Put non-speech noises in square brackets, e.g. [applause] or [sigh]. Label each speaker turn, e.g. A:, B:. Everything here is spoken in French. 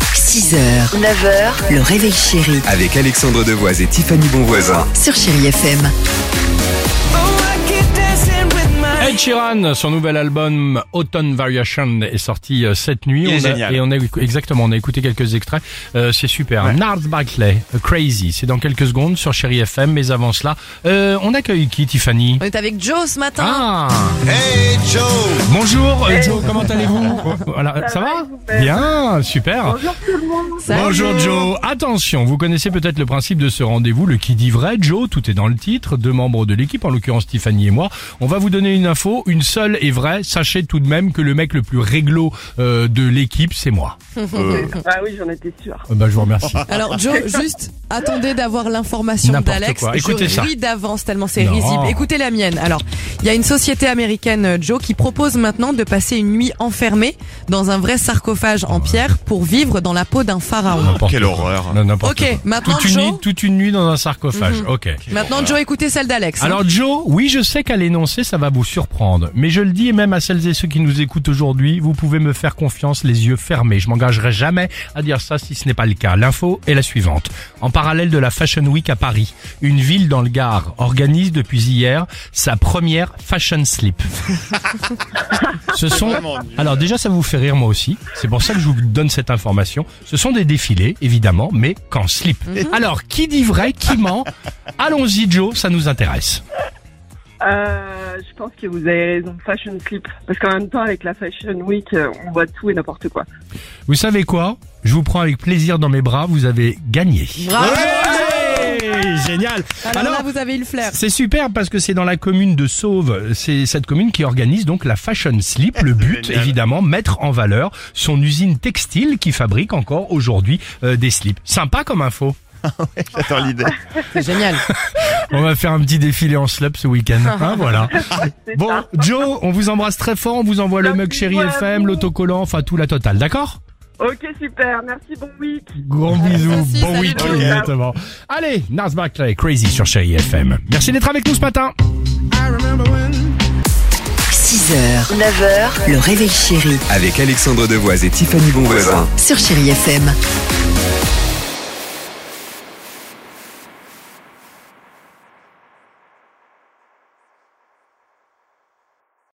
A: 6h, 9h, le réveil chéri
B: Avec Alexandre Devoise et Tiffany Bonvoisin.
A: sur Chéri FM.
C: Ed Sheeran, son nouvel album Autumn Variation est sorti euh, cette nuit.
D: Il est
C: On a-
D: génial.
C: Et on a écou- exactement, on a écouté quelques extraits. Euh, c'est super. Nard Barclay, euh, Crazy. C'est dans quelques secondes sur Chéri FM. Mais avant cela, euh, on accueille qui, Tiffany
E: On est avec Joe ce matin.
C: Ah. Bonjour, euh, Joe. Comment allez-vous Voilà, ça, va Bien, super.
E: Salut.
C: Bonjour Joe. Attention, vous connaissez peut-être le principe de ce rendez-vous, le qui dit vrai. Joe, tout est dans le titre. Deux membres de l'équipe, en l'occurrence Tiffany et moi, on va vous donner une info, une seule est vraie. Sachez tout de même que le mec le plus réglo euh, de l'équipe, c'est moi.
F: [laughs] Ah oui, j'en étais sûre.
C: Euh, bah, je vous remercie.
E: Alors
C: [laughs]
E: Joe, juste attendez d'avoir l'information
C: N'importe
E: d'Alex.
C: quoi. Écoutez
E: Je
C: ça.
E: ris d'avance tellement c'est
C: Non.
E: risible. Écoutez la mienne. Alors, il y a une société américaine euh, Joe qui propose maintenant de passer une nuit enfermée dans un vrai sarcophage en pierre pour vivre dans la peau d'un pharaon.
C: N'importe
D: Quelle
C: quoi.
D: horreur.
C: Non, n'importe
E: Ok,
C: quoi.
E: maintenant,
C: toute une,
E: Joe Mhm.
C: nuit, toute une nuit dans un sarcophage. Ok.
E: Maintenant Joe, écoutez celle d'Alex. hein.
C: Alors Joe, oui, je sais qu'à l'énoncer, ça va vous surprendre. Mais je le dis, et même à celles et ceux qui nous écoutent aujourd'hui, vous pouvez me faire confiance les yeux fermés. Je m'engagerai jamais à dire ça si ce n'est pas le cas. L'info est la suivante. En parallèle de la Fashion Week à Paris, une ville dans le Gard organise depuis hier sa première Fashion Slip.
D: [laughs]
C: Ce sont...
D: Vraiment nul.
C: Alors déjà, ça vous fait rire moi aussi. C'est pour ça que je vous donne cette information. Ce sont des défilés, évidemment, mais qu'en slip.
D: Mhm.
C: Alors, qui dit vrai, qui ment Allons-y Joe, ça nous intéresse.
F: Euh, je pense que vous avez raison. Fashion slip. Parce qu'en même temps, avec la Fashion Week, euh, on voit tout et n'importe quoi.
C: Vous savez quoi Je vous prends avec plaisir dans mes bras, vous avez gagné.
E: Bravo.
C: Ouais Génial
E: Alors,
C: Alors,
E: là, vous avez eu le flair.
C: c'est super parce que c'est dans la commune de Sauve, c'est cette commune qui organise donc la Fashion Slip, le but
D: Génial.
C: évidemment mettre en valeur son usine textile qui fabrique encore aujourd'hui euh, des slips. Sympa comme info.
D: J'adore l'idée.
E: C'est génial.
C: On va faire un petit défilé en slip ce week-end. [laughs] Hein, voilà. Bon, Joe, on vous embrasse très fort. On vous envoie le mug Chéri
F: Merci,
C: FM, l'autocollant, enfin tout la totale. D'accord
F: Ok, super. Merci, bon week.
C: Gros bisous.
E: Merci,
C: bon
E: salut,
C: week-end.
E: Joe.
C: Exactement. Allez, Nars Barclay, Crazy sur Chéri FM. Merci d'être avec nous ce matin.
A: 6h, 9h, le réveil chéri
B: Avec Alexandre Devoise et Tiffany Bonvoisin.
A: sur Chéri FM.